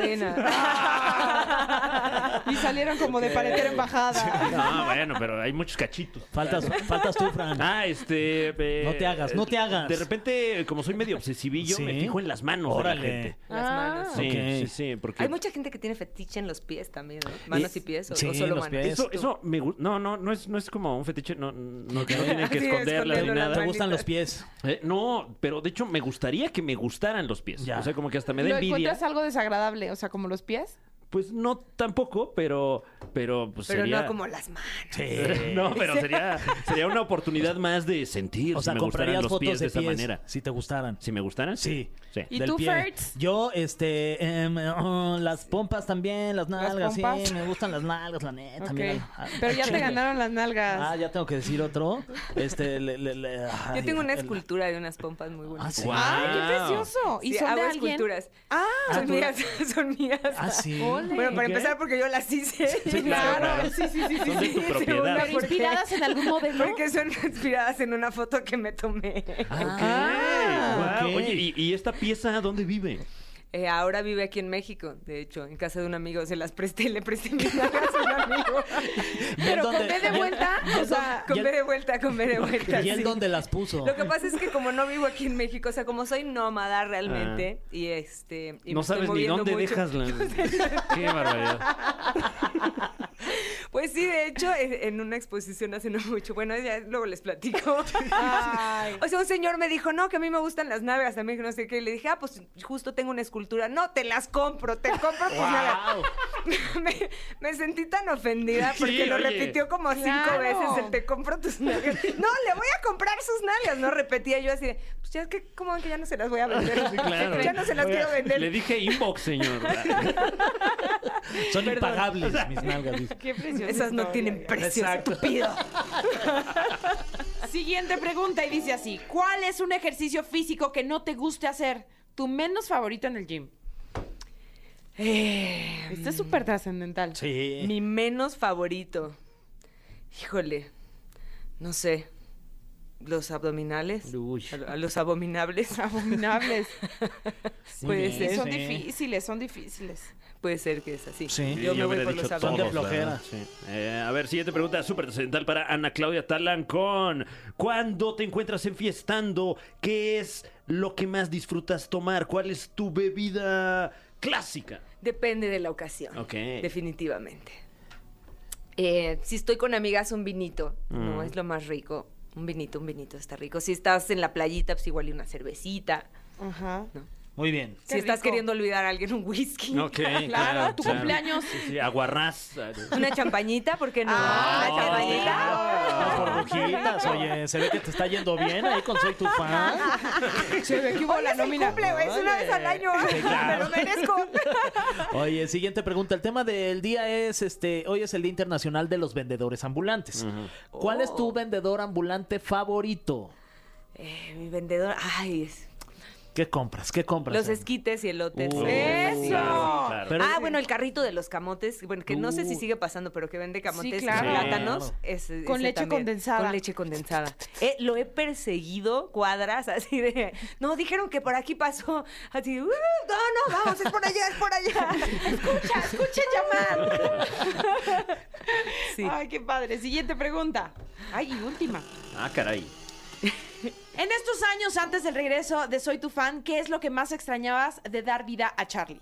S6: buena.
S2: Y salieron como de paretera embajada.
S3: No, bueno, pero hay muchos cachitos.
S4: faltas, faltas tú, Fran.
S3: Ah, este. eh,
S4: No te hagas, no te hagas.
S3: De repente, como soy medio obsesivillo,
S4: Sí.
S3: me fijo en las manos de
S4: Órale. Ah,
S3: la gente.
S6: Las manos.
S3: Sí,
S4: Ok.
S3: sí, sí, porque
S6: Ah. Hay mucha gente que tiene fetiche en los pies también, ¿no? Manos y,
S4: Y-
S6: pies, o,
S4: sí,
S6: o solo
S4: los
S6: manos.
S4: pies.
S3: eso, eso me gusta. No, no, no es, no es como un fetiche. No, no, no tienen que
S6: Sí,
S3: esconderla ni
S6: esconderlo,
S3: nada.
S4: ¿Te gustan los pies?
S3: Eh, no, pero de hecho me gustaría que me gustaran los pies.
S4: Ya.
S3: O sea, como que hasta me
S2: ¿Lo
S3: da envidia.
S2: encuentras algo desagradable? O sea, como los pies.
S3: Pues no tampoco, pero, pero pues
S6: Pero
S3: sería.
S6: no como las manos.
S4: Sí.
S3: No, pero sería, sería una oportunidad más de sentir
S4: O sea,
S3: si me gustaran
S4: comprarías
S3: los
S4: fotos
S3: pies de,
S4: de
S3: esa
S4: pies
S3: manera.
S4: si te gustaran.
S3: Si me gustaran,
S4: Sí.
S2: ¿Y tú, Fertz?
S4: Yo, este, em, eh, las pompas también, las nalgas,
S2: pompas?
S4: sí, me gustan las nalgas, la neta.
S2: Ok.
S4: mira. Ah,
S2: Pero ya te
S4: chinga.
S2: ganaron las
S4: Ah,
S2: nalgas.
S4: ya tengo que decir otro. Este, le- le- le- ay,
S6: Yo tengo una
S4: el-
S6: escultura de unas pompas muy
S4: Ah,
S6: bonitas. Oh,
S4: sí.
S3: Guau.
S2: ¡Ay, qué precioso! ¿Y
S6: Sí,
S2: son de
S6: hago
S2: alguien?
S6: esculturas.
S2: Ah,
S6: son
S4: ¿tú
S6: mías, son mías.
S4: Ah, sí.
S2: Ole.
S6: Bueno, para
S4: Ok.
S6: empezar, porque yo las hice.
S3: claro,
S2: claro.
S3: claro.
S2: Sí, sí, sí, sí.
S3: Son de
S2: sí.
S3: tu propiedad.
S2: Pero inspiradas en algún modelo.
S6: Porque son inspiradas en una foto que me tomé.
S3: Ah,
S4: Ah,
S3: ok.
S4: ok.
S3: Oye, ¿y, y esta pieza dónde vive?
S6: Eh, ahora vive aquí en México, de hecho, en casa de un amigo. Se las presté, le presté mis nalgas a un amigo.
S4: ¿Y en
S2: Pero con
S4: dónde-
S2: B de
S4: y en-
S2: vuelta,
S4: y en
S2: o sea,
S4: dónde-
S6: Con B de vuelta, con B de vuelta.
S4: ¿Y en
S6: sí.
S4: dónde las puso?
S6: Lo que pasa es que como no vivo aquí en México, o sea, como soy nómada realmente, y este...
S3: Ah.
S6: y me
S3: no
S6: estoy
S3: sabes ni
S6: moviendo
S3: dónde
S6: mucho.
S3: dejas la. Qué barbaridad.
S6: Pues sí, de hecho, en en una exposición hace no mucho. Bueno, ya luego les platico.
S2: Ay.
S6: O sea, un señor me dijo, no, que a mí me gustan las nalgas también, que no sé qué. Y le dije, ah, pues justo tengo una escultura. No, te las compro, te compro tus nalgas.
S3: Wow.
S6: me, me sentí tan ofendida porque
S3: Sí,
S6: lo
S3: oye.
S6: repitió como cinco
S2: Claro.
S6: veces el te compro tus nalgas. No, le voy a comprar sus nalgas. No repetía yo así de, pues ya es que, ¿cómo que ya no se las voy a vender?
S3: Sí, claro.
S6: Ya no se las
S3: Oiga,
S6: quiero vender.
S3: Le dije inbox, señor.
S4: Son impagables mis nalgas. dice.
S2: Qué precioso.
S6: Esas no tienen precio, estúpido.
S2: Siguiente pregunta y dice así: ¿Cuál es un ejercicio físico que no te guste hacer? Tu menos favorito en el gym.
S6: Eh,
S2: Este es súper trascendental.
S4: Sí.
S6: Mi menos favorito. Híjole. No sé. Los abdominales.
S4: Uy.
S6: A, a los abominables.
S2: Abominables.
S4: Muy
S6: Puede
S4: bien.
S6: ser.
S2: Sí, Pues, son
S4: Sí.
S2: difíciles, son difíciles.
S6: Puede ser que es así.
S4: Sí.
S6: Yo me voy por los
S4: todo.
S6: abominables.
S4: Son de flojera.
S3: Sí. Eh, a ver, siguiente pregunta súper trascendental para Ana Claudia Talancón. Cuando te encuentras enfiestando, ¿qué es lo que más disfrutas tomar? ¿Cuál es tu bebida clásica?
S6: Depende de la ocasión.
S3: Ok.
S6: Definitivamente. Eh, si estoy con amigas, un vinito. No, es lo más rico. Un vinito, un vinito está rico. Si estás en la playita, pues igual y una cervecita.
S2: Ajá.
S4: Muy bien.
S6: si estás
S2: rico.
S6: queriendo olvidar a alguien, un whisky.
S2: Claro, tu cumpleaños.
S3: Sí, sí, aguarrás.
S6: Una champañita, ¿por qué no?
S2: Ah,
S6: una champañita.
S4: Las burbujitas, oye, se ve que te está yendo bien ahí con Soy tu fan.
S2: Se ve que hubo
S6: Hola,
S2: la
S6: es mi
S2: nómina.
S6: cumple, güey, es una vez al año. Me lo merezco.
S4: Oye, siguiente pregunta. El tema del día es este, hoy es el Día Internacional de los Vendedores Ambulantes. ¿Cuál es
S6: Oh.
S4: tu vendedor ambulante favorito?
S6: Eh, mi vendedor, ay, es-
S4: ¿Qué compras? ¿Qué compras?
S6: los esquites y elotes.
S4: Uh.
S2: ¡Eso!
S4: Pero-
S6: ah, bueno, el carrito de los camotes, bueno, que no sé si
S4: Uh.
S6: sigue pasando, pero que vende
S2: Sí,
S6: camotes
S2: claro.
S6: y plátanos.
S4: Claro.
S6: ese-
S2: Con
S6: ese
S2: leche
S6: también,
S2: condensada.
S6: Con leche condensada. Eh, lo he perseguido cuadras así de. No, dijeron que por aquí pasó. Así, "Uh, no, no, vamos, es por allá, es por allá.
S2: Escucha, escucha llamar.
S6: Sí.
S2: Ay, qué padre. Siguiente pregunta. Ay, y última.
S3: Ah, caray.
S2: En estos años antes del regreso de Soy tu fan, ¿qué es lo que más extrañabas de dar vida a Charlie?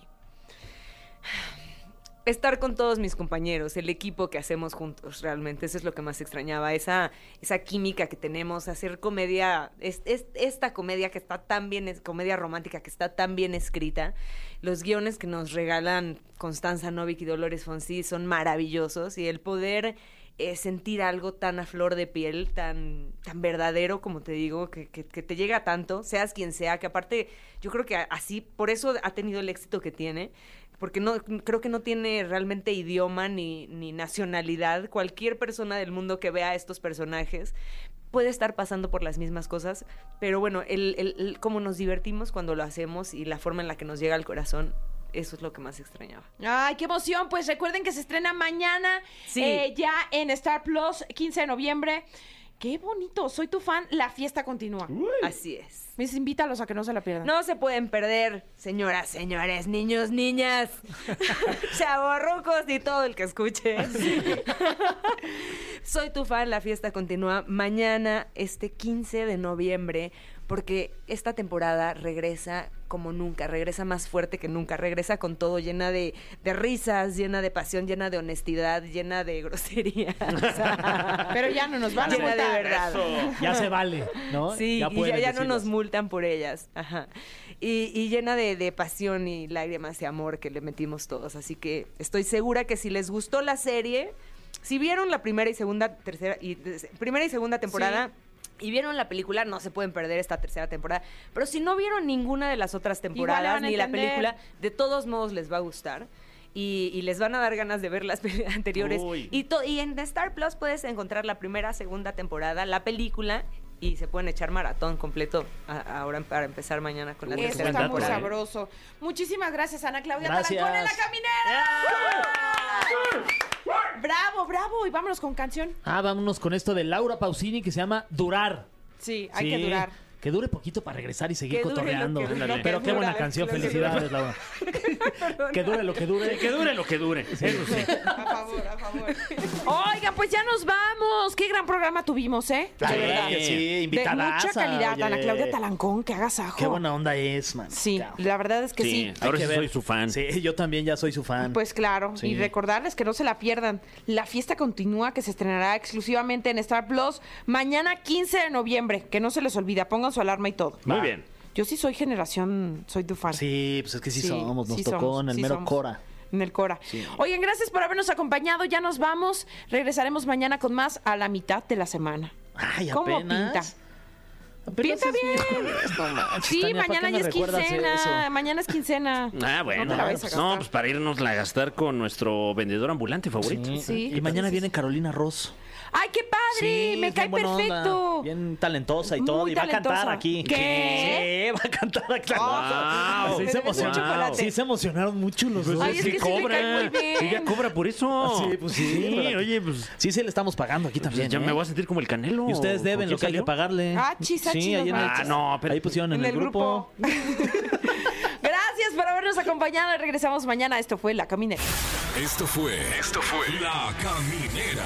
S6: estar con todos mis compañeros, el equipo que hacemos juntos, realmente, eso es lo que más extrañaba, esa, esa química que tenemos, hacer comedia, es, es- esta comedia que está tan bien, es comedia romántica que está tan bien escrita, los guiones que nos regalan Constanza Novik y Dolores Fonsi son maravillosos y el poder eh, sentir algo tan a flor de piel, tan, tan verdadero, como te digo, que, que- que te llega tanto, seas quien sea, que aparte yo creo que a- así, por eso ha tenido el éxito que tiene, porque no, creo que no tiene realmente idioma ni, ni nacionalidad. Cualquier persona del mundo que vea a estos personajes puede estar pasando por las mismas cosas, pero bueno, el, el- el cómo nos divertimos cuando lo hacemos y la forma en la que nos llega al corazón, eso es lo que más extrañaba.
S2: Ay, qué emoción. Pues recuerden que se estrena mañana
S6: Sí.
S2: eh, ya en Star Plus, 15 de noviembre. Qué bonito, soy tu fan, la fiesta continúa.
S6: Así es.
S2: Mis invítalos a que no se la pierdan.
S6: No se pueden perder, señoras, señores, niños, niñas, chavorrucos y todo el que escuche. Soy tu fan, la fiesta continúa mañana, este 15 de noviembre, porque esta temporada regresa como nunca, regresa más fuerte que nunca, regresa con todo, llena de, de risas, llena de pasión, llena de honestidad, llena de groserías.
S2: Pero ya no nos van a
S6: llena de
S2: multar.
S6: verdad.
S4: Ya se vale, ¿no?
S6: Sí, y ya,
S4: pueden
S6: ya no
S4: decirlo.
S6: nos multan por ellas. Ajá. Y, y llena de, de pasión y lágrimas de amor que le metimos todos. Así que estoy segura que si les gustó la serie, si vieron la primera y segunda, tercera y primera y segunda temporada. Y vieron la película, no se pueden perder esta tercera temporada. Pero si no vieron ninguna de las otras
S2: Igual le
S6: temporadas
S2: van a
S6: ni la
S2: entender.
S6: película, de todos modos les va a gustar. Y, y les van a dar ganas de ver las peli- anteriores.
S3: Uy.
S6: Y, to- y en Star Plus puedes encontrar la primera, segunda temporada, la película. Y se pueden echar maratón completo a- ahora para empezar mañana con la
S3: Uy,
S2: Eso
S3: buen
S6: tercera
S2: está
S3: dato,
S2: muy
S3: ¿eh?
S6: temporada.
S2: sabroso. Muchísimas gracias, Ana Claudia
S4: Gracias.
S2: Talancón en la caminera. Bravo, bravo. Y vámonos con canción.
S4: Ah, vámonos con esto de Laura Pausini que se llama Durar.
S2: Sí, hay
S4: Sí,
S2: que durar.
S4: Que dure poquito para regresar y seguir
S6: Que dure lo que
S4: cotorreando.
S6: dure,
S3: lo que
S4: Pero qué
S6: dura,
S4: buena canción,
S6: lo que
S4: felicidades, Laura. que dure lo que dure.
S3: Que dure lo que dure. Eso sí.
S2: A favor, a favor. Oigan, pues ya nos vamos. Qué gran programa tuvimos, ¿eh?
S4: La
S3: Sí.
S4: verdad que sí,
S2: De
S4: invitadaza,
S2: mucha calidad,
S4: oye.
S2: Ana Claudia Talancón, que hagas ajo.
S4: Qué buena onda es, man.
S2: Sí,
S4: Hay
S2: la verdad es que sí.
S3: Ahora
S4: que
S3: sí
S4: ver.
S3: soy su fan.
S4: Sí, yo también ya soy su fan.
S2: Pues claro,
S4: Sí.
S2: y recordarles que no se la pierdan. La fiesta continúa que se estrenará exclusivamente en Star Plus mañana 15 de noviembre. Que no se les olvida, pongan su alarma y todo.
S3: Muy
S4: Va.
S3: bien.
S2: Yo sí soy generación, soy tu fan.
S4: Sí, pues es que sí,
S2: Sí,
S4: somos, nos
S2: sí
S4: tocó
S2: somos,
S4: en el
S2: sí
S4: mero
S2: somos.
S4: Cora.
S2: En el Cora. Oigan, gracias por habernos acompañado. Ya nos vamos. Regresaremos mañana con más a la mitad de la semana.
S4: Ay,
S2: ¿Cómo
S4: apenas. Pues,
S2: Pinta bien. Sí, mañana ya es quincena. Mañana es quincena.
S3: Ah,
S2: No
S3: bueno.
S2: te la vayas a
S3: No,
S2: gastar.
S3: pues para irnos a gastar con nuestro vendedor ambulante favorito.
S2: Sí.
S4: Mm, Y mañana viene Carolina Ross.
S2: ¡Ay, qué padre!
S4: Sí,
S2: Me
S4: es
S2: cae
S4: bien buena onda,
S2: perfecto.
S4: bien talentosa y
S2: Muy
S4: todo. y va a cantar
S2: talentosa.
S4: aquí.
S2: ¿Qué?
S4: Sí, va a cantar aquí.
S3: Guau.
S4: Sí, se
S2: Bebé con
S4: emocionaron.
S2: chocolate.
S4: Sí, se emocionaron mucho los dos.
S2: Ay, es que sí me cae muy bien.
S3: Sí, ya cobra por eso.
S4: Ah, sí, pues sí.
S3: Sí, oye, pues.
S4: Sí, sí, le estamos pagando aquí
S3: pues
S4: también.
S3: ya
S4: ¿eh?
S3: me voy a sentir como el canelo.
S4: Y ustedes deben lo que hay que pagarle.
S2: Ah, chis, ah,
S4: Sí,
S2: chis,
S4: ahí en el-
S2: nomás.
S3: Ah, no, pero-
S4: Ahí pusieron pues, en, el, grupo.
S2: Gracias por habernos acompañado. Regresamos mañana. Esto fue La Caminera.
S1: Esto fue. Esto fue La Caminera.